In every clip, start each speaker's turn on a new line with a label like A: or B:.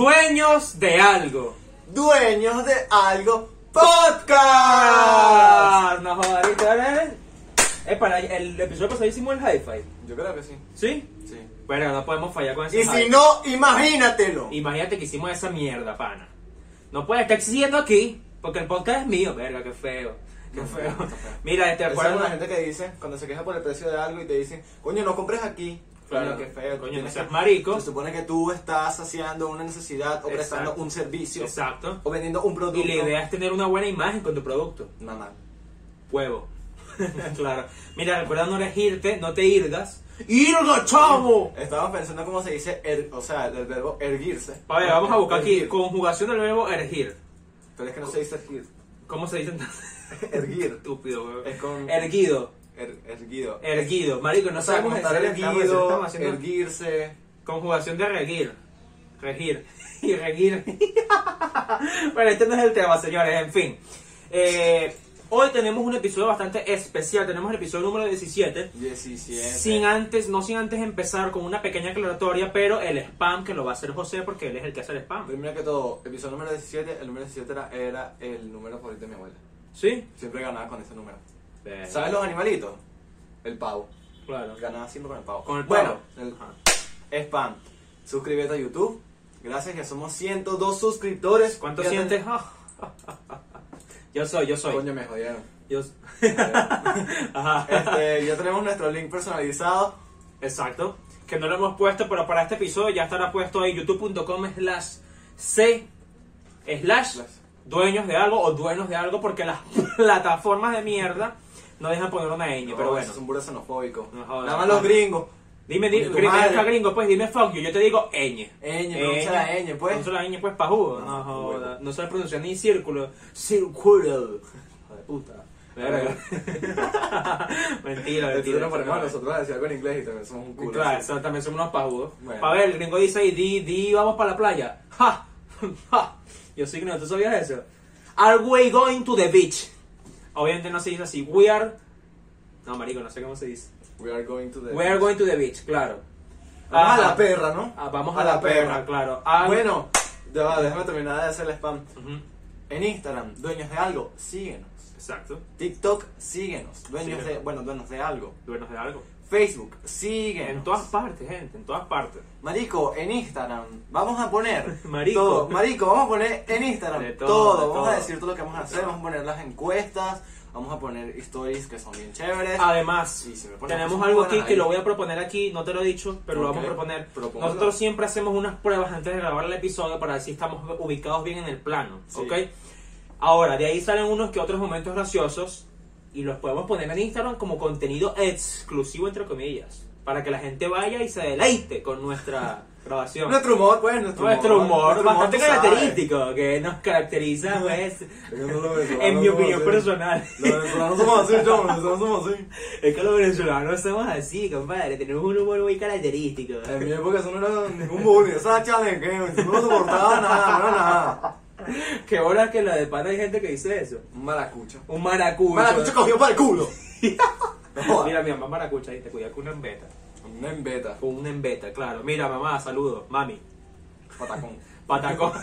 A: Dueños de algo.
B: Dueños de algo
A: Ah,
B: podcast.
A: no jodas, ¿viste? ¿Vale? Eh, para el episodio pasado hicimos el hi-fi.
B: Yo creo que sí.
A: ¿Sí?
B: Sí.
A: Bueno, no podemos fallar con ese
B: Y si
A: hi-fi.
B: no, imagínatelo.
A: Imagínate que hicimos esa mierda, pana. No puedes estar exigiendo aquí, porque el podcast es mío, verga, qué feo. Qué
B: No,
A: feo.
B: no, está feo.
A: Mira, ¿te
B: Esa es la
A: acuerdas?
B: gente que dice, cuando se queja por el precio de algo y te dicen, coño, no compres aquí.
A: Claro.
B: Coño, qué feo.
A: Coño,
B: tienes
A: no seas
B: que-
A: marico.
B: Se supone que tú estás saciando una necesidad o prestando
A: Exacto.
B: un servicio
A: Exacto.
B: o vendiendo un producto.
A: Y la idea es tener una buena imagen con tu producto.
B: Mamá.
A: Huevo. claro. Mira, recuerda no elegirte, no te irgas. ¡Irga, chavo!
B: Estábamos pensando cómo se dice, er- o sea, el verbo erguirse.
A: A ver, vamos a buscar aquí
B: Erguir.
A: conjugación del verbo ergir.
B: Pero es que no se dice erguir.
A: ¿Cómo se dice entonces?
B: Erguir.
A: Estúpido, huevo.
B: Es con
A: Erguido.
B: er- erguido.
A: Erguido. Marico, no
B: O sea, como
A: sabemos en
B: estar
A: serio, estamos, estamos
B: erguido,
A: haciendo
B: erguirse.
A: conjugación de regir. Regir. Y regir. bueno, este no es el tema, señores. En fin. Eh, hoy tenemos un episodio bastante especial. Tenemos el episodio número 17.
B: 17.
A: Sin antes, no sin antes empezar con una pequeña aclaratoria, pero el spam que lo va a hacer José porque él es el que hace el spam.
B: Primero que todo, episodio número 17, el número 17 era, era el número favorito de mi abuela.
A: ¿Sí?
B: Siempre ganaba con ese número.
A: Eh.
B: ¿Sabes los animalitos? El pavo.
A: Claro.
B: Ganaba siempre con el pavo.
A: Con el
B: bueno,
A: pavo. Ajá.
B: el spam. Suscríbete a YouTube. Gracias que somos 102 suscriptores.
A: ¿Cuánto
B: Ya ten-
A: sientes? yo soy, yo soy.
B: Coño, me jodieron.
A: Yo... Ajá.
B: Este, ya tenemos nuestro link personalizado.
A: Exacto. Que no lo hemos puesto, pero para este episodio ya estará puesto ahí youtube.com slash C slash dueños de algo o dueños de algo porque las plataformas de mierda no dejan poner una ñ, pero
B: No,
A: bueno.
B: eso Es un burro xenofóbico.
A: No jodas.
B: Nada más los gringos.
A: Dime, dime,
B: Coño, tu
A: gringo,
B: madre.
A: acá, gringo, pues dime fuck you, yo te digo ñ.
B: Ñ, pronuncia la ñ, pues. Ah,
A: Pronuncia la ñ, pues, pajudo. No,
B: No,
A: joda.
B: bueno.
A: No sabe pronunciar ni círculo. Círculo. Joder, puta. Verga. mentira,
B: Entonces
A: mentira.
B: nos ponemos a nosotros a decir algo en inglés y también somos un culo.
A: Claro,
B: así.
A: eso también somos unos pajudos.
B: Bueno.
A: Pa' ver, el gringo dice ahí, di, di, vamos para la playa. Ja, ja. Yo soy gringo, ¿tú sabías eso? Are we going to the beach? Obviamente no se dice así. We are... No, marico, no sé cómo se dice.
B: We are going to the...
A: We are going to the beach, claro.
B: Vamos a
A: Ajá.
B: la perra, ¿no?
A: Ah, vamos a, la, perra, claro. Ah,
B: Bueno, ya va, déjame terminar de hacer el spam.
A: ujú,
B: En Instagram, dueños de algo, síguenos.
A: Exacto.
B: TikTok, síguenos. Dueños de,
A: Síguenos.
B: bueno, dueños de algo.
A: Dueños de algo.
B: Facebook,
A: En
B: síguenos.
A: todas partes, gente, en todas partes.
B: Marico, en Instagram, vamos a poner
A: Marico.
B: todo. Marico, vamos a poner en Instagram
A: De
B: todo.
A: todo, de
B: Vamos
A: todo.
B: a decir todo lo que vamos a hacer, vamos a poner las encuestas, vamos a poner stories que son bien chéveres.
A: Ah, Además,
B: Y si me pones
A: tenemos
B: cosas
A: algo
B: buenas
A: aquí que
B: ahí.
A: lo voy a proponer aquí, no te lo he dicho, pero lo
B: Ok,
A: vamos a proponer.
B: propóngalo.
A: Nosotros siempre hacemos unas pruebas antes de grabar el episodio para ver si estamos ubicados bien en el plano,
B: Sí.
A: ¿ok? Ahora, de ahí salen unos que otros momentos graciosos y los podemos poner en Instagram como contenido exclusivo, entre comillas, para que la gente vaya y se deleite con nuestra grabación.
B: Nuestro humor, pues, nuestro,
A: Nuestro humor,
B: nuestro
A: bastante
B: tú sabes.
A: característico que nos caracteriza, pues,
B: Pero no lo venezolano
A: en mi
B: somos
A: opinión
B: así.
A: personal.
B: Los venezolanos somos así, chamo, los venezolanos somos así.
A: Es que los venezolanos somos así, compadre, tenemos un humor muy característico.
B: En mi época eso no era ningún bullying, eso era chalequeo, eso no soportaba nada, no era nada.
A: Qué bola que la de pana hay gente que dice eso.
B: Un maracucho.
A: Un maracucho.
B: Un maracucho cogió para el culo.
A: Mira, mi mamá es maracucha, y te cuida con una embeta.
B: Una embeta,
A: Con una embeta, claro. Mira, mamá, saludos, mami.
B: patacón.
A: Patacón.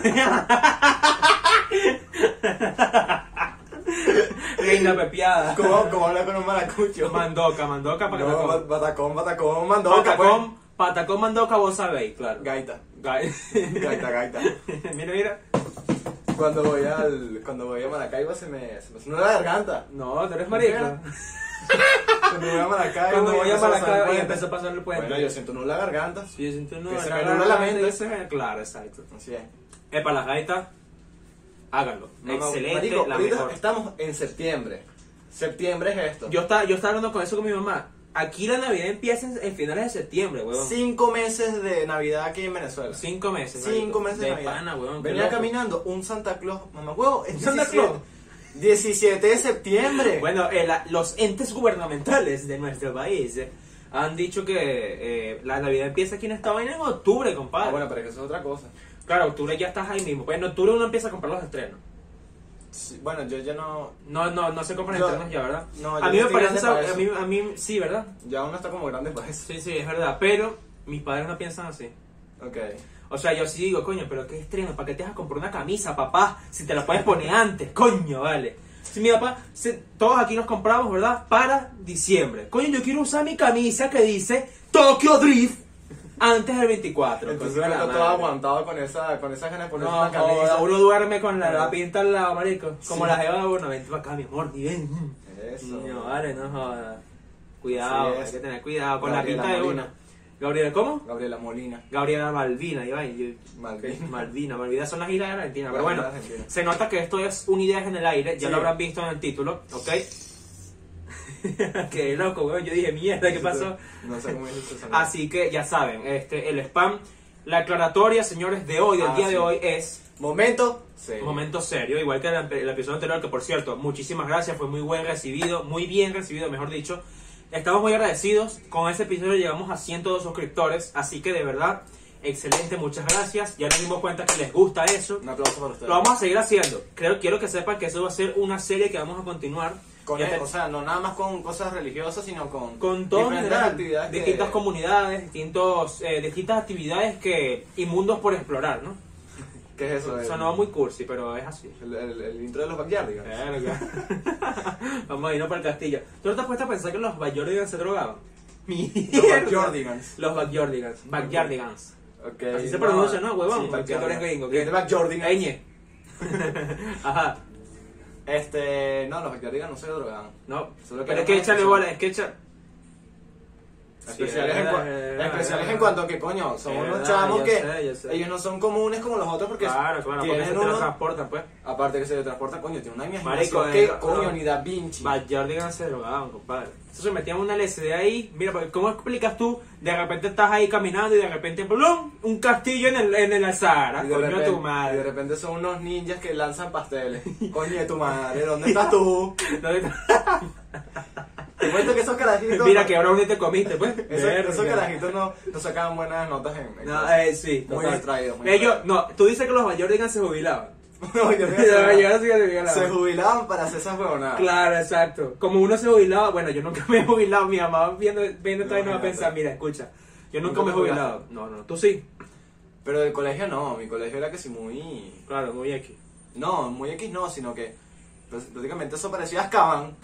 A: Reina pepiada.
B: ¿Cómo, cómo hablar con un maracucho?
A: Mandoca, mandoca, pues.
B: No,
A: patacón.
B: ba- batacón, batacón, mandoca,
A: Patacón, patacón, mandoca, vos sabéis, claro.
B: pues. Gaita,
A: Gay.
B: gaita, gaita.
A: mira, mira.
B: Cuando voy al, cuando voy a Maracaibo se me, se me sonó la garganta.
A: No, tú eres marica.
B: Mira. Cuando voy a Maracaibo.
A: Cuando
B: y
A: voy a
B: empezó pasar el
A: Maracaibo y
B: puente.
A: empezó a pasar el puente.
B: Bueno, yo siento no la garganta.
A: Sí, yo siento no,
B: Que se
A: la
B: me nubla la mente.
A: garganta, ese- Claro, exacto.
B: Así es.
A: Epa, las gaitas, háganlo.
B: No, no,
A: Excelente,
B: marico,
A: la
B: ahorita
A: mejor.
B: Estamos en septiembre. Septiembre es esto.
A: Yo estaba, yo estaba hablando con eso con mi mamá. Aquí la Navidad empieza en, en finales de septiembre, weón.
B: Cinco meses de Navidad aquí en Venezuela.
A: Cinco meses. marico.
B: Cinco meses de,
A: de
B: Navidad.
A: pana, weón. qué
B: Venía
A: loco.
B: caminando un Santa Claus. Mamá, huevo, es
A: ¿Un Santa
B: 17.
A: Claus?
B: 17 de septiembre.
A: Bueno, eh, la- los entes gubernamentales de nuestro país eh, han dicho que eh, la Navidad empieza aquí en esta vaina en octubre, compadre.
B: Ah, bueno, pero es que eso es otra cosa.
A: Claro, octubre ya estás ahí mismo. Pues en octubre uno empieza a comprar los estrenos.
B: Sí, bueno, yo ya no.
A: No, no, no se compran
B: Yo-
A: estrenos ya, ¿verdad?
B: no, yo
A: a mí
B: ya
A: me
B: estoy
A: parece,
B: grande para
A: esa- a mí, a mí, sí, ¿verdad?
B: pues. Ya uno está como grande para eso.
A: Sí, sí, es verdad, pero mis padres no piensan así.
B: Ok.
A: O sea, yo sí digo, coño, pero qué estreno, ¿para qué te vas a comprar una camisa, papá? Si te la puedes poner antes, coño, vale. Si mi papá, si- todos aquí nos compramos, ¿verdad? Para diciembre. Coño, yo quiero usar mi camisa que dice Tokyo Drift antes del 24.
B: Entonces
A: coño,
B: uno
A: la
B: está todo
A: madre.
B: aguantado con esa, con esa ganas de ponerse
A: No,
B: una camisa.
A: joda, uno duerme con la, la pinta al lado, marico. Como
B: Sí.
A: la jeva de uno, vente para acá, mi amor, ni ven.
B: Eso.
A: No, vale, no jodas. Cuidado,
B: Sí, es.
A: hay que tener cuidado con
B: Gabriela
A: la pinta de
B: Molina.
A: uno. Gabriela, ¿cómo?
B: Gabriela Molina.
A: Gabriela Malvina, iba y yo-
B: Malvina.
A: Malvina, Malvina son las giras de Argentina, pero
B: Las
A: bueno,
B: giras de Argentina.
A: se nota que esto es una idea en el aire, ya
B: Sí.
A: lo habrán visto en el título, ¿ok? Qué loco, weón, yo dije, mierda, ¿qué pasó?
B: No sé cómo es eso.
A: Así que ya saben, este, el spam, la aclaratoria, señores, de hoy, del
B: Ah,
A: día
B: sí.
A: de hoy es
B: Momento. Sí.
A: un momento serio, igual que el, ampe- el episodio anterior, que por cierto, muchísimas gracias, fue muy buen recibido, muy bien recibido, mejor dicho. Estamos muy agradecidos, con ese episodio llegamos a 102 suscriptores, así que de verdad, excelente, muchas gracias, ya nos dimos cuenta que les gusta eso,
B: Un aplauso para ustedes.
A: lo vamos a seguir haciendo, creo, quiero que sepan que eso va a ser una serie que vamos a continuar.
B: Con
A: Ya
B: el-
A: te-
B: o sea, no nada más con cosas religiosas, sino con,
A: con todas
B: diferentes actividades. que-
A: distintas comunidades, distintos, eh, distintas actividades que y mundos por explorar, ¿no?
B: ¿Qué es eso? El,
A: Sonó muy Eh, cursi, pero es así.
B: el, el- el intro de los backyards, digamos.
A: Verga. Vamos a irnos para el castillo. ¿Tú no te has puesto a pensar que los Backyardigans se drogaban?
B: Los
A: Mierda.
B: backyardigans.
A: Los Backyardigans. Backyardigans.
B: Okay,
A: Así se pronuncia, ¿no, huevón? Porque tú eres gringo, ¿qué?
B: ¿Qué? Backyardigans.
A: Eñe. Ajá.
B: Este, no, los backyardigans no se drogaban.
A: No.
B: Solo que
A: Pero
B: era
A: es que
B: una
A: échale
B: expresión.
A: bola, es que echa. Sí, eh,
B: Especiales,
A: es
B: en, cua-
A: verdad, es verdad,
B: especiales
A: es
B: en
A: verdad.
B: cuanto a que coño, son
A: Es
B: unos
A: verdad,
B: chamos
A: yo
B: que
A: eh, sé, yo sé.
B: ellos no son comunes como los otros porque
A: Claro, claro, porque se
B: tienen
A: te
B: uno,
A: lo transportan, pues.
B: aparte que se le transporta, coño, tiene una
A: Marico,
B: imaginación que
A: eh,
B: coño,
A: no.
B: ni Da Vinci.
A: Backyardigans se drogaban, compadre. Eso se metían una LSD ahí. Mira, porque ¿cómo explicas tú? De repente estás ahí caminando y de repente, ¡plum! Un castillo en el, en el Sahara.
B: Y de,
A: Coño,
B: repente,
A: tu madre.
B: y de repente son unos ninjas que lanzan pasteles. Coño de tu madre, ¿dónde estás tú?
A: ¿Dónde está?
B: Te cuento que esos carajitos.
A: Mira que ahora dónde te comiste, pues.
B: Esos,
A: Verga.
B: esos carajitos no, no sacaban buenas notas en. en
A: No,
B: clase.
A: eh, sí.
B: Muy
A: total.
B: distraídos, muy
A: Ellos, no, tú dices que los Backyardigans se jubilaban.
B: No, yo
A: Los
B: no
A: Backyardigans
B: sé.
A: sí que se jubilaban.
B: Se jubilaban para hacer esas huevonadas.
A: Claro, exacto. Como uno se jubilaba, bueno, yo nunca me he jubilado. Mi mamá viendo, viendo esta vaina va a
B: Imagínate.
A: pensar, mira, escucha, yo nunca
B: Nunca
A: me he
B: te jubilaste.
A: jubilado. No, no, tú sí.
B: Pero del colegio no, mi colegio era que sí muy.
A: Claro, muy X.
B: No, muy X no, sino que pues, prácticamente eso parecía Azkaban.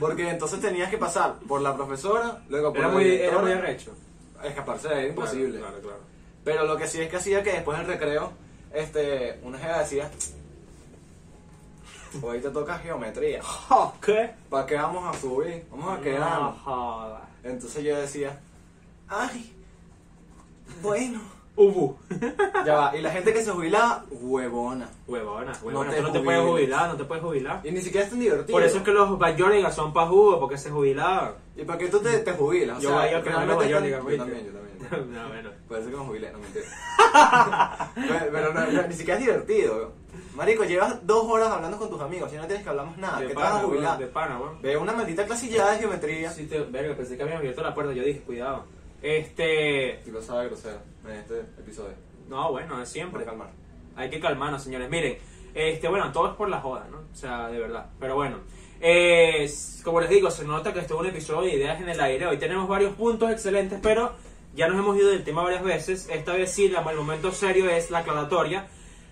B: Porque entonces tenías que pasar por la profesora, luego por
A: Era
B: la
A: muy, era
B: directora.
A: muy arrecho.
B: Escaparse de ahí, imposible.
A: Claro, claro.
B: Pero lo que sí es que hacía que después del recreo, este, una jefa decía, hoy te toca geometría.
A: Ja, ¿Qué?
B: ¿Para qué vamos a subir? Vamos a
A: No
B: quedarnos.
A: joda.
B: Entonces yo decía, ay, bueno.
A: Ubu.
B: Ya va. Y la gente que se jubilaba, huevona.
A: Huevona, huevona.
B: te
A: tú no te puedes
B: jubiles.
A: jubilar, no te puedes jubilar.
B: Y ni siquiera es tan divertido.
A: Por eso es que los Backyardigans son pa' jugo, porque se jubilaban.
B: ¿Y para qué tú te, te jubilas? O
A: Yo
B: sea,
A: voy al canal de
B: realmente
A: Nueva York,
B: están- Yo
A: digamos,
B: también, yo también.
A: no, bueno.
B: Parece que me jubilé, no mentira. pero pero no, no, ni siquiera es divertido. Marico, llevas dos horas hablando con tus amigos y no tienes Ah, que hablar más nada.
A: de
B: ¿Qué te vas a
A: pana, weón,
B: jubilar?
A: de pana, weón.
B: Ve una maldita clase ya de geometría.
A: Sí, te- verga, pensé que habían abierto la puerta, yo dije, cuidado. Este,
B: Y lo sabe grosero en este episodio.
A: no, bueno, es
B: Para
A: siempre.
B: calmar.
A: Hay que calmarnos, señores. Miren, este, bueno, todo es por la joda, ¿no? O sea, de verdad. Pero bueno, eh, s- como les digo, se nota que esto es un episodio de ideas en el aire. Hoy tenemos varios puntos excelentes, pero ya nos hemos ido del tema varias veces. Esta vez sí, la- el momento serio es la aclaratoria.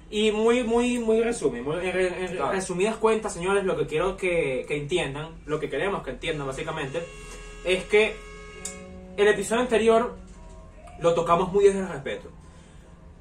A: Y muy, muy, muy resumen. muy- en, en- en
B: Claro.
A: resumidas cuentas, señores, lo que quiero que, que entiendan, lo que queremos que entiendan básicamente, es que el episodio anterior lo tocamos muy desde el respeto.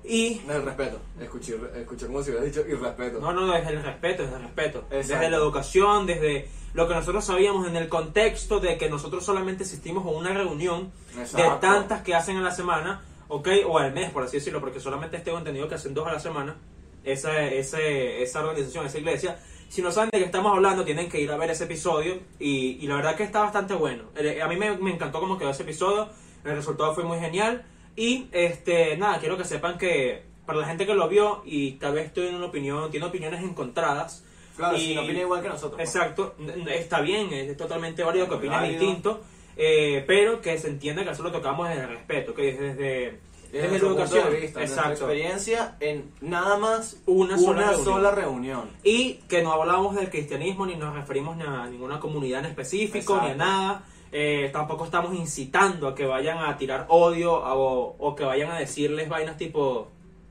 A: Y
B: No, el respeto. Escuché, escuché como si hubieras dicho irrespeto.
A: no, no, desde el respeto, desde el respeto.
B: Exacto.
A: Desde la educación, desde lo que nosotros sabíamos en el contexto de que nosotros solamente asistimos a una reunión de
B: Exacto.
A: tantas que hacen a la semana, ¿ok? O al mes, por así decirlo, porque solamente tengo entendido que hacen dos a la semana, esa, ese- esa organización, esa iglesia. Si no saben de qué estamos hablando, tienen que ir a ver ese episodio y, y la verdad que está bastante bueno. El- A mí me, me encantó cómo quedó ese episodio, el resultado fue muy genial y este nada, quiero que sepan que para la gente que lo vio y tal vez estoy en una opinión, tiene opiniones encontradas.
B: Claro,
A: y-
B: si no opina igual que nosotros. pues.
A: Exacto, n- n- está bien, es totalmente válido que
B: Muy
A: opinen
B: válido.
A: distinto, eh, pero que se entienda que eso lo tocamos desde el respeto, que desde, desde,
B: Desde
A: la
B: nuestro punto
A: educación.
B: de vista, nuestra
A: Exacto.
B: experiencia en nada más
A: Una sola reunión.
B: sola reunión.
A: Y que no hablamos del cristianismo ni nos referimos ni a ninguna comunidad en específico, ni a
B: Exacto.
A: nada. eh, tampoco estamos incitando a que vayan a tirar odio a- o, o que vayan a decirles vainas tipo,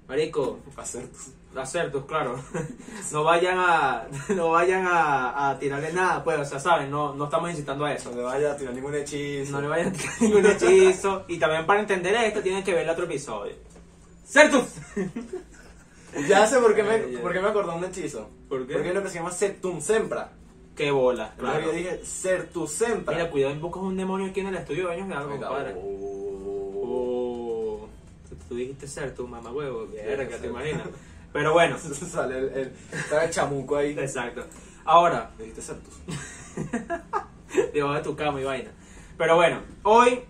A: marico,
B: Hacer tus-
A: hacer tus, claro, no vayan a, no vayan a, a tirarle nada, pues, o sea, saben, no, no estamos incitando a eso.
B: No le vaya a tirar ningún hechizo.
A: No le vayan a tirar ningún hechizo. Y también para entender esto tienen que ver el otro episodio. ¡Certus!
B: Ya sé por qué, me,
A: Ya, ya.
B: por qué me acordé de un hechizo.
A: ¿Por qué?
B: Porque hay uno que se llama Septum Sempra.
A: ¡Qué bola!
B: Claro.
A: Claro.
B: Yo dije Certus Sempra.
A: Mira, pues, cuidado, invocas un demonio aquí en el estudio de baños de algo,
B: Venga,
A: compadre.
B: oh.
A: Oh, tú dijiste ser tu mamá huevo, verga,
B: ser.
A: te imaginas. Pero bueno,
B: Sale el, el, sale el chamuco ahí.
A: exacto. Ahora,
B: Dijiste Certus.
A: debajo de tu cama y vaina. Pero bueno, hoy,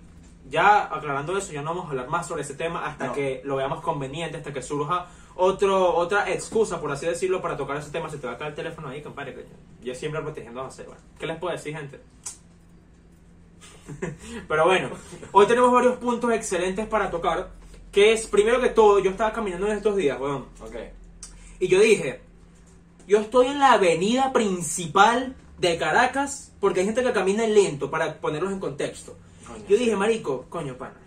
A: ya aclarando eso, ya no vamos a hablar más sobre ese tema hasta
B: No.
A: que lo veamos conveniente, hasta que surja otro, otra excusa, por así decirlo, para tocar ese tema. Se te va a caer el teléfono ahí, compadre, coño. Yo siempre protegiendo a Seba. ¿Qué les puedo decir, gente? Pero bueno, hoy tenemos varios puntos excelentes para tocar. Que es, primero que todo, yo estaba caminando en estos días, weón.
B: Ok.
A: Y yo dije, yo estoy en la avenida principal de Caracas porque hay gente que camina lento para ponerlos en contexto.
B: Coño.
A: Yo dije, marico, coño pana,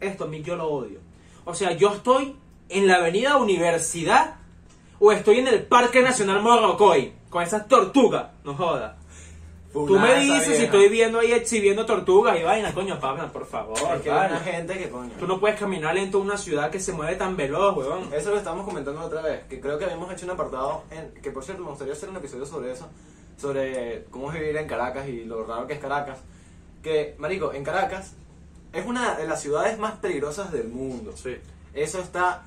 A: esto a mí yo lo odio. O sea, yo estoy en la avenida Universidad o estoy en el Parque Nacional Morrocoy con esas tortugas, no joda. Tú me
B: Fulana,
A: dices
B: esa
A: si
B: vieja.
A: estoy viendo ahí exhibiendo tortugas y vainas, coño pana, por favor.
B: Es que hay
A: pana.
B: una gente que coño.
A: Tú no puedes caminar lento en una ciudad que se mueve tan veloz, weón.
B: Eso lo estábamos comentando la otra vez, que creo que habíamos hecho un apartado, en, que por cierto me gustaría hacer un episodio sobre eso, sobre cómo es vivir en Caracas y lo raro que es Caracas. Que, Marico, en Caracas es una de las ciudades más peligrosas del mundo.
A: Sí.
B: Eso está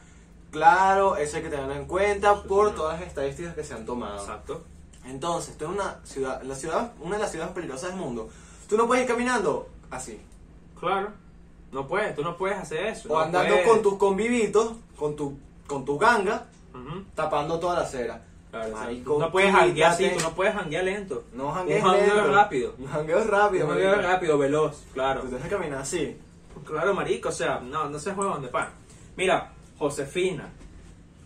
B: claro, eso hay que tenerlo en cuenta
A: Sí,
B: por
A: señor.
B: todas las estadísticas que se han tomado.
A: Exacto.
B: Entonces, tú en una ciudad, la ciudad, una de las ciudades peligrosas del mundo, tú no puedes ir caminando así.
A: Claro. No puedes, tú no puedes hacer eso.
B: O
A: no
B: andando
A: puedes.
B: con tus convivitos, con tu, con tu ganga,
A: Ujú.
B: tapando toda la acera.
A: Claro, o
B: Marico,
A: sea, tú no puedes janguear así,
B: quítate.
A: tú no puedes janguear lento.
B: No janguees
A: Un jangueo
B: lento.
A: rápido.
B: Un jangueo rápido.
A: Un jangueo
B: marico.
A: rápido, veloz, claro.
B: Tú tienes que caminar así.
A: Claro, marico, o sea, no, no se juega donde pan. Mira, Josefina.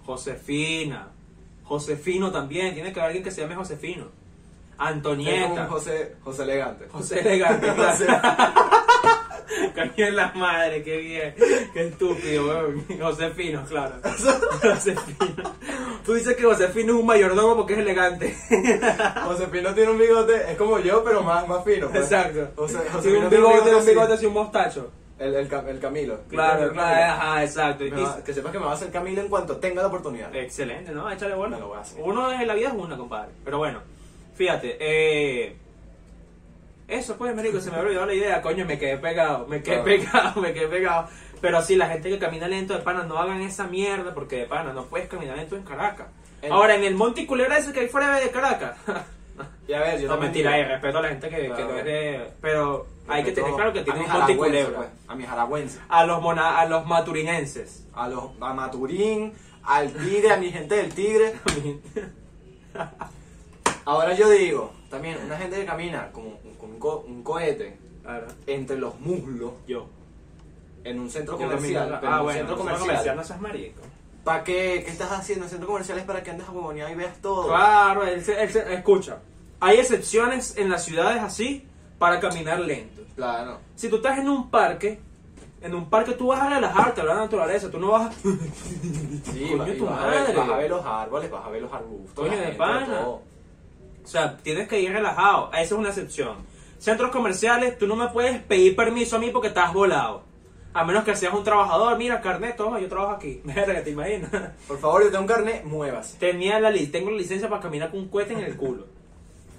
A: Josefina. Josefino también, tiene que haber alguien que se llame Josefino.
B: Es como un
A: Antonieta.
B: José, José elegante.
A: José elegante, claro.
B: José-
A: Coño en la madre, qué bien, qué estúpido, weón. Josefino, claro. Josefino. Tú dices que Josefino es un mayordomo porque es elegante.
B: Josefino tiene un bigote, es como yo, pero más, más fino. pues.
A: Exacto.
B: José, Josefino
A: Sí, un
B: tiene
A: bigote, un
B: así.
A: bigote y un mostacho.
B: El, el, Cam- el Camilo.
A: Claro,
B: El Camilo.
A: claro, ajá, exacto.
B: Me va- que sepas que me va a hacer Camilo en cuanto tenga la oportunidad.
A: Excelente, ¿no? Échale bola.
B: Me lo voy a hacer.
A: Uno en la vida es una, compadre. Pero bueno, fíjate, eh... Eso, pues, marico, se me había olvidado la idea, coño, me quedé pegado, me quedé
B: Ah.
A: pegado, me quedé pegado. Pero sí, la gente que camina lento de pana, no hagan esa mierda, porque de pana no puedes caminar lento en Caracas.
B: En-
A: Ahora, en el monte y culebra ese que hay fuera de Caracas.
B: Y a ver, yo
A: no,
B: también
A: mentira,
B: digo-
A: eh, respeto a la gente que, que
B: Claro.
A: no es de... Pero hay que
B: Respeto
A: tener claro que
B: a
A: tiene
B: mis
A: un monte y
B: jaragüenses,
A: culebra.
B: pues, a mis jaragüenses.
A: A los, mona- a los maturinenses.
B: A los a Maturín, al Tigre, a mi gente del Tigre. Ahora yo digo, también, una gente que camina como con un, co- un cohete
A: Claro.
B: entre los muslos
A: Yo.
B: en un centro
A: Yo también.
B: comercial. pero en
A: Ah,
B: un
A: bueno,
B: centro comercial.
A: no seas marico.
B: ¿Para qué? ¿Qué estás haciendo? En centro comercial es para que andes a huevonear y veas todo.
A: Claro, él se- él se- escucha. Hay excepciones en las ciudades así para caminar lento.
B: Claro.
A: Si tú estás en un parque, en un parque tú vas a relajarte, a la naturaleza, tú no vas a...
B: Sí,
A: Coño,
B: va- y
A: tu
B: vas, a ver,
A: madre.
B: vas a ver los árboles, vas a ver los arbustos.
A: Coño,
B: la
A: de
B: gente,
A: pana.
B: todo.
A: O sea, tienes que ir relajado. Esa es una excepción. Centros comerciales, tú no me puedes pedir permiso a mí porque estás volado. A menos que seas un trabajador, mira, carnet, toma, yo trabajo aquí. Verga, ¿te imaginas?
B: Por favor, yo tengo un carnet, muévase.
A: Tenía la li- tengo la licencia para caminar con un cohete en el culo.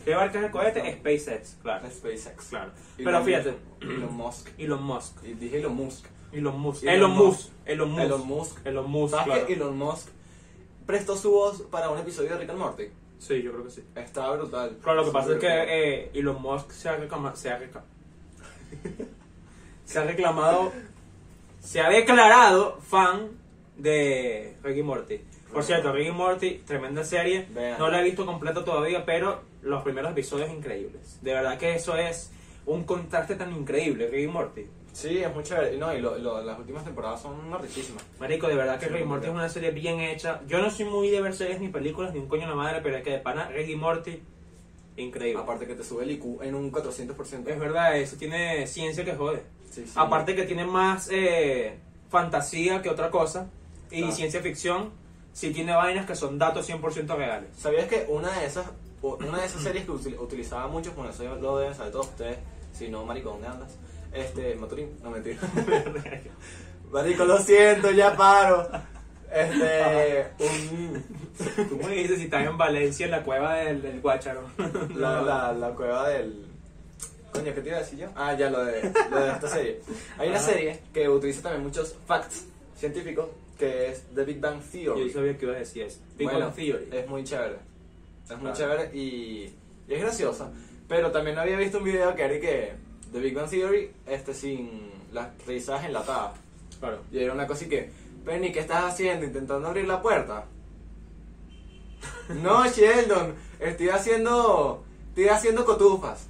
A: ¿Qué barca es el cohete? SpaceX, claro.
B: SpaceX.
A: Claro.
B: Elon-
A: Pero fíjate,
B: Elon Musk.
A: Elon Musk.
B: Y dije Elon Musk.
A: Elon Musk.
B: Elon
A: Elon Musk.
B: Musk.
A: Elon Musk.
B: Elon Musk.
A: Elon Musk,
B: ¿Sabes
A: claro.
B: que Elon Musk prestó su voz para un episodio de Rick and Morty?
A: Sí, yo creo que sí.
B: Está brutal.
A: Claro, lo que pasa es que
B: Súper
A: eh, Elon Musk se ha reclamado. Se ha, recla- se ha reclamado. Se ha declarado fan de Ricky Morty. Por cierto, Ricky Morty, tremenda serie.
B: Vean.
A: No la he visto completa todavía, pero los primeros episodios increíbles. De verdad que eso es un contraste tan increíble, Ricky Morty.
B: Sí, es muy chévere. Y No, y lo- lo- las últimas temporadas son riquísimas.
A: Marico, de verdad que
B: Sí,
A: Ricky
B: no,
A: Morty es
B: no.
A: una serie bien hecha. Yo no soy muy de ver series ni películas ni un coño en la madre, pero es que de pana Ricky Morty Increíble.
B: Aparte que te sube el IQ en un 400%.
A: Es verdad, eso tiene ciencia que jode.
B: Sí, sí.
A: Aparte que tiene más eh, fantasía que otra cosa. Y
B: Claro.
A: ciencia ficción sí tiene vainas que son datos 100% reales.
B: ¿Sabías que una de esas o- una de esas series que util- utilizaba mucho, bueno, eso ya lo deben saber todos ustedes, si no, maricón, ¿dónde andas? Este, Maturín, no mentira. Marico, lo siento, ya paro. Este, un,
A: Tú me dices si estás en Valencia, en la cueva del, del Guácharo.
B: la, la, la cueva del... Coño, ¿qué te iba a decir yo? Ah, ya, lo de, lo de esta serie. Hay una
A: Ah.
B: serie que utiliza también muchos facts científicos, que es The Big Bang Theory.
A: Yo sabía que ibas a decir eso. Big
B: Bueno, eh.
A: Bang Theory.
B: Es muy chévere. Es muy
A: Claro.
B: chévere y, y es graciosa. Pero también había visto un video que era y que The Big Bang Theory este sin las risas enlatadas.
A: Claro.
B: Y era una cosa y que, Penny, ¿qué estás haciendo? ¿Intentando abrir la puerta? no, Sheldon, estoy haciendo estoy haciendo cotufas.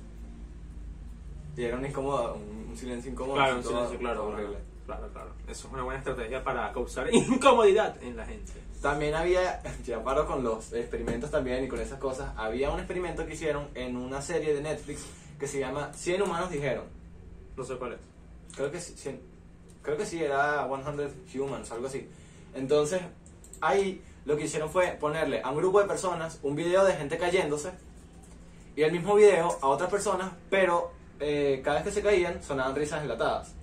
B: Y era un incómodo, un, un silencio incómodo.
A: Claro, un
B: así,
A: silencio,
B: todo
A: claro,
B: horrible.
A: Claro, claro. Eso es una buena estrategia para causar incomodidad en la gente.
B: También había, ya paro con los experimentos también y con esas cosas, había un experimento que hicieron en una serie de Netflix que se llama 100 humanos dijeron.
A: No sé cuál es.
B: Creo que sí, 100, creo que sí era 100 humans, algo así. Entonces, ahí lo que hicieron fue ponerle a un grupo de personas un video de gente cayéndose y el mismo video a otras personas, pero eh, cada vez que se caían sonaban risas enlatadas.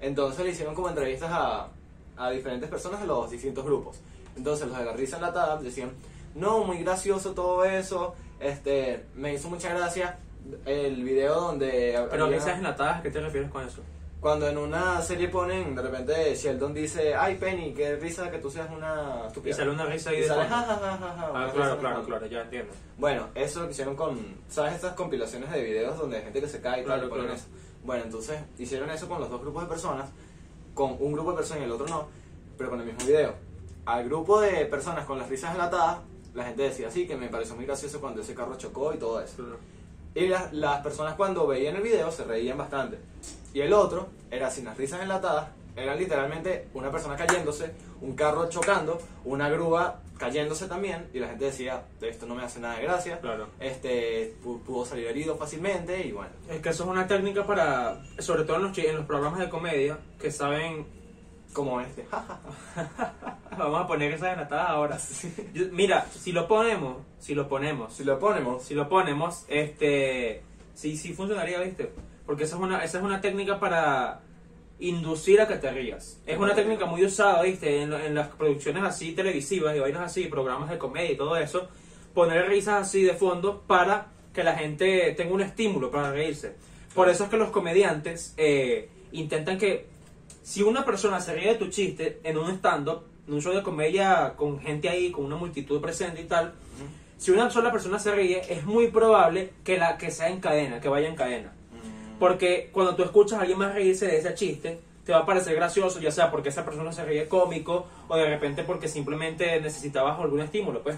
B: Entonces le hicieron como entrevistas a, a diferentes personas de los distintos grupos. Entonces los de la risa enlatada decían, no, muy gracioso todo eso, este, me hizo mucha gracia el video donde...
A: Pero
B: había-
A: risas enlatadas, ¿a qué te refieres con eso?
B: cuando en una serie ponen, de repente Sheldon dice, ay Penny, qué risa que tú seas una
A: Y
B: estúpida.
A: sale una risa ahí
B: Y
A: de
B: sale,
A: fondo.
B: "Ja, ja, ja, ja, ja", una
A: Ah,
B: risa
A: claro,
B: de
A: claro,
B: fondo.
A: claro, ya entiendo.
B: Bueno, eso lo que hicieron con, ¿sabes estas compilaciones de videos donde hay gente que se cae y
A: Claro,
B: tal? y ponen
A: claro.
B: eso? Bueno, entonces hicieron eso con los dos grupos de personas, con un grupo de personas y el otro no, pero con el mismo video. Al grupo de personas con las risas enlatadas, la gente decía así, que me pareció muy gracioso cuando ese carro chocó y todo eso. Y las, las personas cuando veían el video se reían bastante. Y el otro era sin las risas enlatadas, era literalmente una persona cayéndose, un carro chocando, una grúa cayéndse también, y la gente decía, esto no me hace nada de gracia,
A: Claro.
B: este pu- pudo salir herido fácilmente, y bueno.
A: Es que eso es una técnica para, sobre todo en los, chi- en los programas de comedia, que saben,
B: Como este, jaja.
A: vamos a poner esas enlatadas ahora. Yo- mira, si lo ponemos, si lo ponemos,
B: Si lo ponemos,
A: si lo ponemos, este, sí, sí funcionaría, ¿viste? Porque esa es una, esa es una técnica para inducir a que te rías. Es una técnica muy usada, ¿viste? En, lo- en las producciones así televisivas y vainas así, programas de comedia y todo eso, poner risas así de fondo para que la gente tenga un estímulo para reírse. Por eso es que los comediantes eh, intentan que si una persona se ríe de tu chiste en un stand-up, en un show de comedia con gente ahí, con una multitud presente y tal, si una sola persona se ríe, es muy probable que la que sea en cadena, que vaya en cadena.
B: mm,
A: Porque cuando tú escuchas a alguien más reírse de ese chiste, te va a parecer gracioso, ya sea porque esa persona se ríe cómico o de repente porque simplemente necesitabas algún estímulo, pues.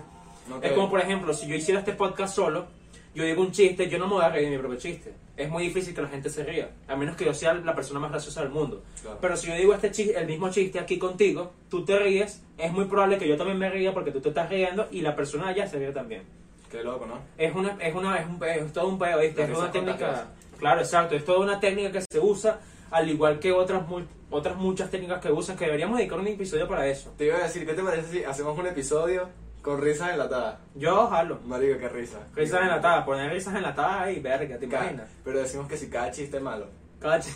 B: Ok.
A: Es como, por ejemplo, si yo hiciera este podcast solo, yo digo un chiste, yo no me voy a reír de mi propio chiste. Es muy difícil que la gente se ría, a menos que yo sea la persona más graciosa del mundo.
B: Claro.
A: Pero si yo digo este chis- el mismo chiste aquí contigo, tú te ríes, es muy probable que yo también me ría porque tú te estás riendo y la persona allá se ríe también.
B: qué loco, ¿no?
A: Es una, es una, es, un- es todo un peo, ¿viste?
B: La
A: Es
B: risa
A: una técnica.
B: contagiosa.
A: Claro, exacto. Es toda una técnica que se usa, al igual que otras mul- otras muchas técnicas que usan, que deberíamos dedicar un episodio para eso.
B: Te iba a decir, ¿qué te parece si hacemos un episodio con risas enlatadas?
A: Yo jalo.
B: Marico, qué risa.
A: Risas enlatadas, poner risas enlatadas y verga, te
B: Ca-
A: imaginas.
B: Pero decimos que si cada chiste es malo.
A: Cache.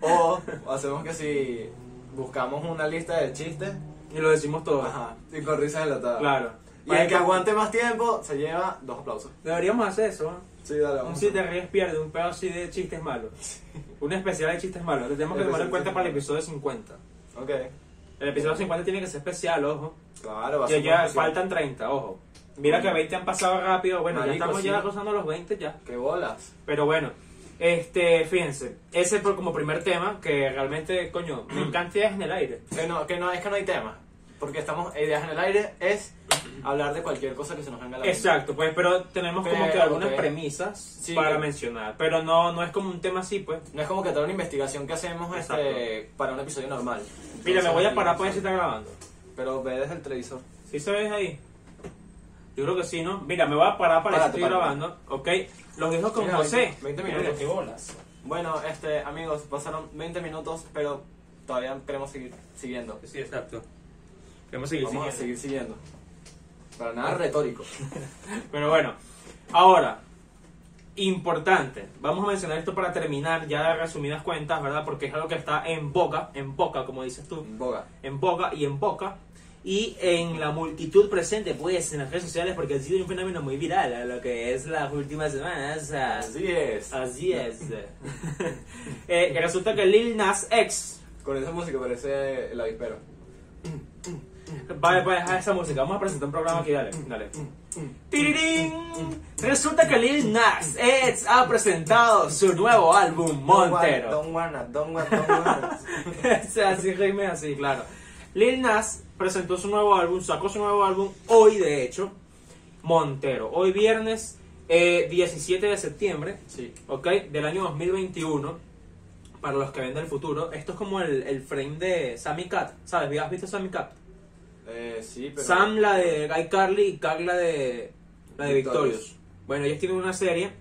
B: O hacemos que si buscamos una lista de chistes pues,
A: Y lo decimos todo.
B: ajá, y con risas enlatadas.
A: Claro.
B: Y el que aguante más tiempo se lleva dos aplausos.
A: Deberíamos hacer eso. ¿no?
B: Sí, dale,
A: Un
B: vamos.
A: si te ríes pierde, un pedo así de chistes malos. Un especial de chistes malos. Lo tenemos que tomar en cuenta para el episodio 50.
B: Ok.
A: El episodio 50 tiene que ser especial, ojo.
B: Claro, va a
A: Ya,
B: ser
A: ya
B: una sesión.
A: faltan 30, ojo. Mira que 20 han pasado rápido. Bueno,
B: Marico,
A: ya estamos
B: sí.
A: ya rozando los 20 ya.
B: ¡Qué bolas!
A: Pero bueno, este, fíjense. Ese por- como primer tema que realmente, coño, me encanta ideas en el aire.
B: Que no, que no, es que no hay tema. Porque estamos, ideas en el aire es hablar de cualquier cosa que se nos venga a la mente.
A: Exacto, pues, pero tenemos como que
B: Pero,
A: algunas
B: ok.
A: premisas
B: Sí,
A: para
B: pero-
A: mencionar. Pero no, no es como un tema así, pues.
B: No es como que toda una investigación que hacemos este, para un episodio normal.
A: Mira, me
B: Entonces,
A: voy a parar pues,
B: digamos,
A: para ver si está grabando.
B: Pero ve desde el televisor.
A: ¿Sí se ve ahí? Yo creo que sí, ¿no? Mira, me voy a parar para que
B: Párate,
A: estoy
B: párate.
A: grabando. Ok, los dejo con
B: Mira,
A: José.
B: 20
C: Mira, qué
B: minutos.
C: bolas.
B: Bueno, este, amigos, pasaron 20 minutos, pero todavía queremos seguir siguiendo.
A: Sí, exacto. Queremos seguir
B: Vamos a
A: siguiendo.
B: seguir siguiendo. Para nada retórico.
A: Pero bueno, ahora, importante, vamos a mencionar esto para terminar ya de resumidas cuentas, ¿verdad? Porque es algo que está en boca, en boca, como dices tú,
B: Boga.
A: en boca y en boca. Y en la multitud presente, pues, en las redes sociales, porque ha sido un fenómeno muy viral, a lo que es las últimas semanas. ah,
B: Así es.
A: Así es. Eh, resulta que Lil Nas X
B: Con esa música parece el avispero.
A: va a dejar esa música. Vamos a presentar un programa aquí, dale, dale. Tirirín. Resulta que Lil Nas X ha presentado su nuevo álbum Montero.
B: Don't wanna, don't wanna, don't wanna.
A: O sea, así rime así, claro. Lil Nas presentó su nuevo álbum, sacó su nuevo álbum hoy, de hecho, Montero. Hoy viernes eh, 17 de septiembre,
B: sí.
A: ¿ok? Del año 2021, para los que ven del futuro. Esto es como el, el frame de Sammy Cat, ¿sabes? ¿Has visto Sammy Cat?
B: Eh, sí, pero.
A: Sam la de Guy Carly y Kat la de la de
B: Victorious.
A: Victorious. Bueno, ellos tienen una serie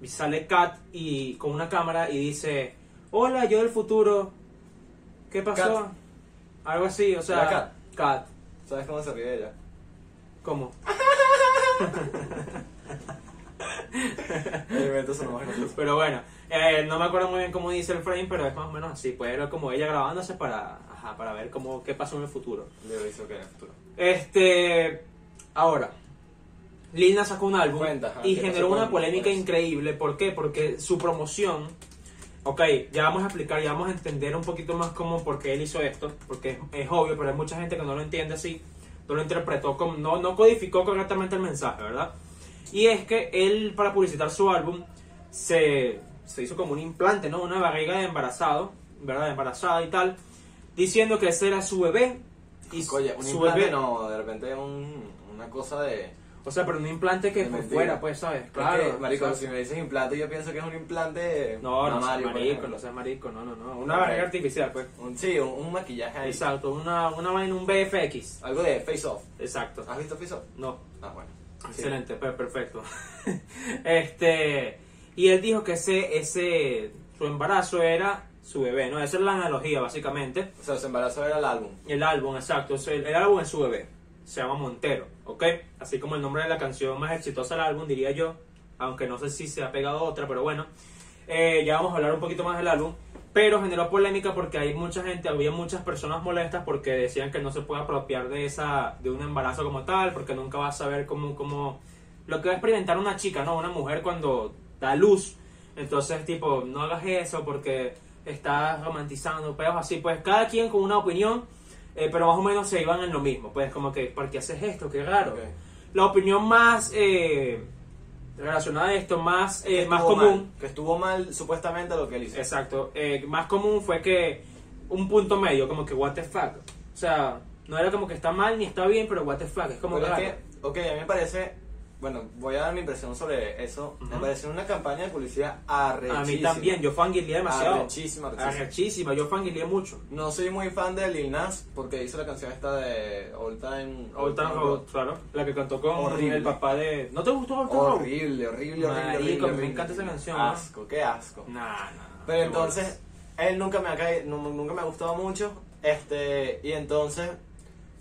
A: y sale Kat y con una cámara y dice, "Hola, yo del futuro. ¿Qué pasó?"
B: Kat.
A: Algo así, o sea,
B: La Kat.
A: Kat.
B: ¿Sabes cómo se ríe ella?
A: ¿Cómo?
B: El evento sonó más gracioso.
A: Pero bueno, eh, no me acuerdo muy bien cómo dice el frame, pero es más o menos así, pues era como ella grabándose para ajá, para ver cómo qué pasó en el futuro.
B: Le aviso que en el futuro.
A: Este. Ahora. Lil Nas sacó un álbum
B: Cuenta, pues. ajá,
A: y
B: ¿qué
A: generó
B: pasó con-
A: una polémica
B: con eso?
A: increíble. ¿Por qué? Porque su promoción. Ok, ya vamos a explicar, ya vamos a entender un poquito más cómo, por qué él hizo esto. Porque es, es obvio, pero hay mucha gente que no lo entiende así. No lo interpretó, como, no, no codificó correctamente el mensaje, ¿verdad? Y es que él, para publicitar su álbum, se, se hizo como un implante, ¿no? Una barriga de embarazado, ¿verdad? De embarazada y tal. Diciendo que ese era su bebé. Y
B: Oye, un
A: su
B: implante
A: bebé-
B: no, de repente un, una cosa de.
A: o sea, pero un implante que
B: De
A: por
B: mentira.
A: fuera, pues, ¿sabes?
B: Claro,
A: Claro.
B: marico,
A: o sea,
B: si me dices implante, yo pienso que es un implante.
A: no, no seas
B: mamario, por
A: marico,
B: ejemplo.
A: no seas marico, no, no, no. Una barriga artificial, pues.
B: Un- sí, un, un maquillaje ahí.
A: Exacto, una, una vaina, un BFX.
B: Algo de face off.
A: Exacto.
B: ¿Has visto face off?
A: No,
B: Ah, bueno. Sí.
A: excelente, pues, perfecto. este, y él dijo que ese, ese, su embarazo era su bebé, ¿no? Esa es la analogía, básicamente.
B: O sea, su embarazo era el álbum.
A: El álbum, exacto. o sea, El, el álbum es su bebé. Se llama Montero, ¿ok? Así como el nombre de la canción más exitosa del álbum, diría yo. Aunque no sé si se ha pegado a otra, pero bueno. Eh, ya vamos a hablar un poquito más del álbum. Pero generó polémica porque hay mucha gente, había muchas personas molestas porque decían que no se puede apropiar de esa de un embarazo como tal, porque nunca va a saber cómo, cómo lo que va a experimentar una chica, ¿no? Una mujer cuando da luz. Entonces, tipo, no hagas eso porque estás romantizando pedos así. Pues cada quien con una opinión, eh, pero más o menos se iban en lo mismo. Pues como que, ¿por qué haces esto? Qué raro.
B: Ok.
A: La opinión más eh, relacionada a esto, más, eh,
B: Que
A: más
B: estuvo
A: común.
B: mal, que estuvo mal supuestamente lo que él hizo.
A: Exacto. Eh, más común fue que un punto medio, como que what the fuck. O sea, no era como que está mal ni está bien, pero what the fuck. Es como
B: Pero es
A: raro.
B: que, ok, a mí me parece. Bueno, voy a dar mi impresión sobre eso. Me
A: Ujú.
B: pareció una campaña de publicidad
A: A
B: arrechísima.
A: mí también, yo fangirleé demasiado.
B: Arrechísima, arrechísima.
A: Arrechísima, yo fangirleé mucho.
B: No soy muy fan de Lil Nas porque hizo la canción esta de All Time.
A: Old Town Road, claro. La que cantó con
B: Horrible.
A: el papá de. ¿No te gustó Old Town Road?
B: Horrible, horrible, horrible,
A: Marico, a
B: horrible,
A: mí me
B: horrible,
A: encanta esa
B: horrible.
A: canción, ¿no?
B: Asco, qué asco.
A: Nah, nah.
B: Pero
A: qué
B: entonces, él nunca me ha caído, nu- nunca me ha gustado mucho. Este, y entonces,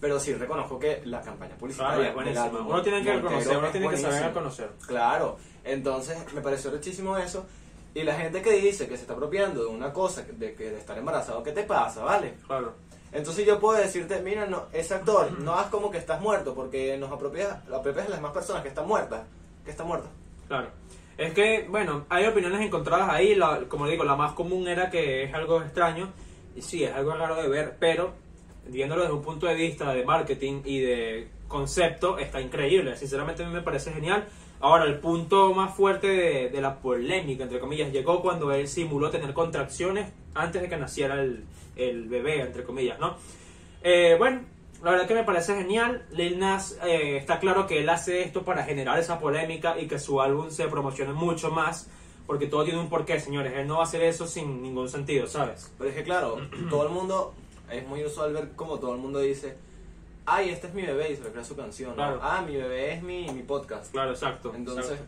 B: pero sí reconozco que la campaña
A: bolas. Claro,
B: publicitaria.
A: es buenísima.
B: del álbum
A: Uno tiene que
B: Montero
A: reconocer, uno
B: es
A: tiene que saber
B: buenísima.
A: reconocer.
B: Claro, entonces me pareció rechísimo eso. Y la gente que dice que se está apropiando de una cosa, de, que de estar embarazado, ¿qué te pasa, vale?
A: Claro.
B: Entonces yo puedo decirte, mira, no, ese actor, no hagas como que estás muerto, porque nos apropias, apropias a las demás personas que están muertas, que están muertas.
A: Claro. Es que, bueno, hay opiniones encontradas ahí. La, como digo, la más común era que es algo extraño. Y sí, es algo raro de ver, pero viéndolo desde un punto de vista de marketing y de concepto, está increíble. Sinceramente, a mí me parece genial. Ahora, el punto más fuerte de, de la polémica, entre comillas, llegó cuando él simuló tener contracciones antes de que naciera el, el bebé, entre comillas, ¿no? Eh, bueno, la verdad que me parece genial. Lil Nas eh, está claro que él hace esto para generar esa polémica y que su álbum se promocione mucho más. Porque todo tiene un porqué, señores. Él no va a hacer eso sin ningún sentido, ¿sabes?
B: Pero es que claro, todo el mundo, es muy usual ver como todo el mundo dice, ay, este es mi bebé y se le crea su canción. ¿no?
A: Claro.
B: Ah, mi bebé es mi, mi podcast.
A: Claro, exacto.
B: Entonces,
A: exacto.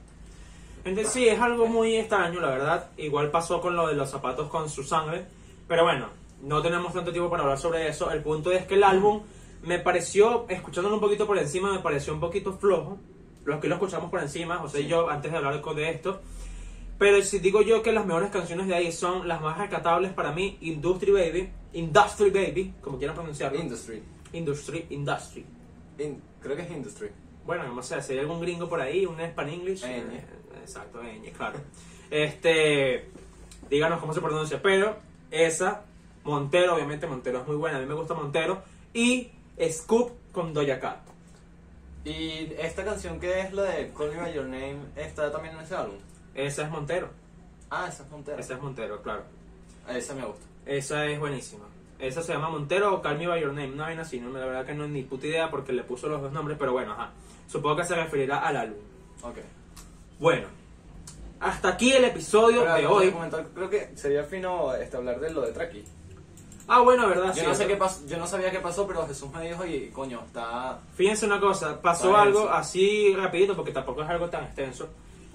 A: Entonces sí, es algo muy extraño, la verdad. Igual pasó con lo de los zapatos con su sangre. Pero bueno, no tenemos tanto tiempo para hablar sobre eso. El punto es que el álbum me pareció, escuchándolo un poquito por encima, me pareció un poquito flojo. Los que lo escuchamos por encima, José y yo, antes de hablar con- de esto. Pero si digo yo que las mejores canciones de ahí son las más rescatables para mí, Industry Baby, Industry Baby, como quieran pronunciarlo.
B: industry.
A: Industry, Industry.
B: In- creo que es industry.
A: Bueno, no sé, si hay algún gringo por ahí, un span English.
B: Ñ.
A: eh, Exacto, ñ, claro. Este, díganos cómo se pronuncia, pero esa, Montero, obviamente Montero es muy buena, a mí me gusta Montero, y Scoop con Doja Cat.
B: Y esta canción que es la de Call Me By Your Name, ¿está también en ese álbum?
A: Esa es Montero,
B: Ah, esa es Montero.
A: esa es Montero, claro.
B: Ah, esa me gusta.
A: Esa es buenísima. Esa se llama Montero o Call Me By Your Name, una vaina así, no, la verdad que no ni puta idea porque le puso los dos nombres, pero bueno, ajá. Supongo que se referirá al álbum.
B: Ok.
A: Bueno, hasta aquí el episodio
B: Pero
A: de
B: antes
A: hoy.
B: comentar, creo que sería fino este, hablar de lo de Traki.
A: Ah, bueno, verdad,
B: Yo
A: sí,
B: no sé
A: eso-
B: qué pasó, yo no sabía qué pasó, pero Jesús me dijo y coño, está...
A: Fíjense una cosa, pasó
B: Está bien,
A: algo
B: sí.
A: así rapidito porque tampoco es algo tan extenso.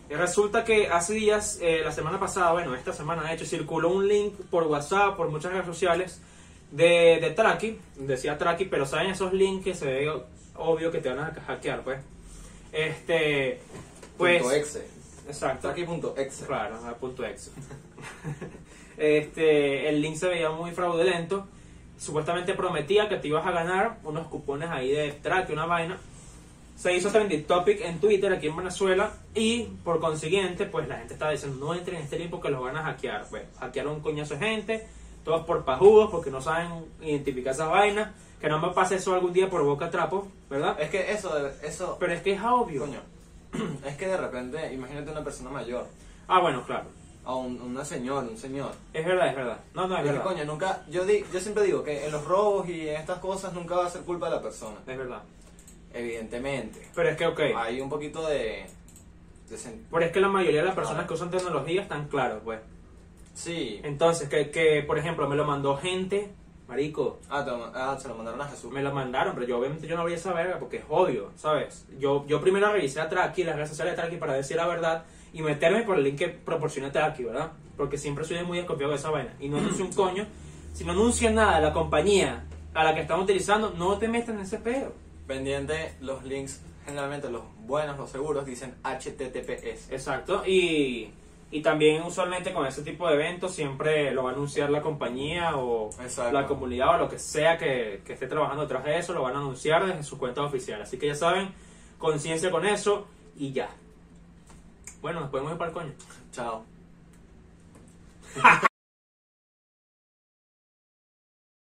A: Y resulta que hace días, eh, la semana pasada, bueno, esta semana de hecho, circuló un link por WhatsApp, por muchas redes sociales, de, de Traki, decía Traki, pero saben esos links que se ve obvio que te van a hackear, pues. Este, pues...
B: Punto exe.
A: Exacto.
B: Traki.exe.
A: Claro, a punto exe. este, el link se veía muy fraudulento. Supuestamente prometía que te ibas a ganar unos cupones ahí de track, una vaina. Se hizo trending topic en Twitter aquí en Venezuela y por consiguiente, pues la gente estaba diciendo no entren en este link porque los van a hackear. Pues hackearon un coñazo de gente, todos por pajudos porque no saben identificar esas vainas. Que no me pase eso algún día por boca a trapo, ¿verdad?
B: Es que eso, eso...
A: Pero es que es obvio.
B: Coño, es que de repente, imagínate una persona mayor,
A: Ah, bueno, claro.
B: a un, una señora, un señor.
A: Es verdad, es verdad. No, no, es
B: Es que,
A: verdad.
B: coño, nunca, yo, di- yo siempre digo que en los robos y en estas cosas nunca va a ser culpa de la persona.
A: Es verdad.
B: Evidentemente.
A: Pero es que, ok.
B: Hay un poquito de... de sen-
A: Pero es que la mayoría de las personas que usan tecnología están claros, pues.
B: sí.
A: Entonces, que, que, por ejemplo, me lo mandó gente, marico,
B: Ah, te lo ma- ah, se lo mandaron a Jesús.
A: me lo mandaron, pero yo obviamente yo no abrí esa verga porque es odio, ¿sabes? Yo, yo primero revisé a Traki, las redes sociales de Traki para decir la verdad y meterme por el link que proporciona Traki, ¿verdad? Porque siempre soy muy desconfiado de esa vaina. Y no anuncio un coño, si no anuncian nada, la compañía a la que están utilizando, no te metas en ese pedo.
B: Pendiente, los links, generalmente los buenos, los seguros, dicen HTTPS.
A: Exacto, y, y también usualmente con ese tipo de eventos siempre lo va a anunciar la compañía o
B: Exacto.
A: la comunidad o lo que sea que, que esté trabajando detrás de eso, lo van a anunciar desde su cuenta oficial. Así que ya saben, conciencia con eso y ya. Bueno, nos podemos ir para el coño.
B: Chao.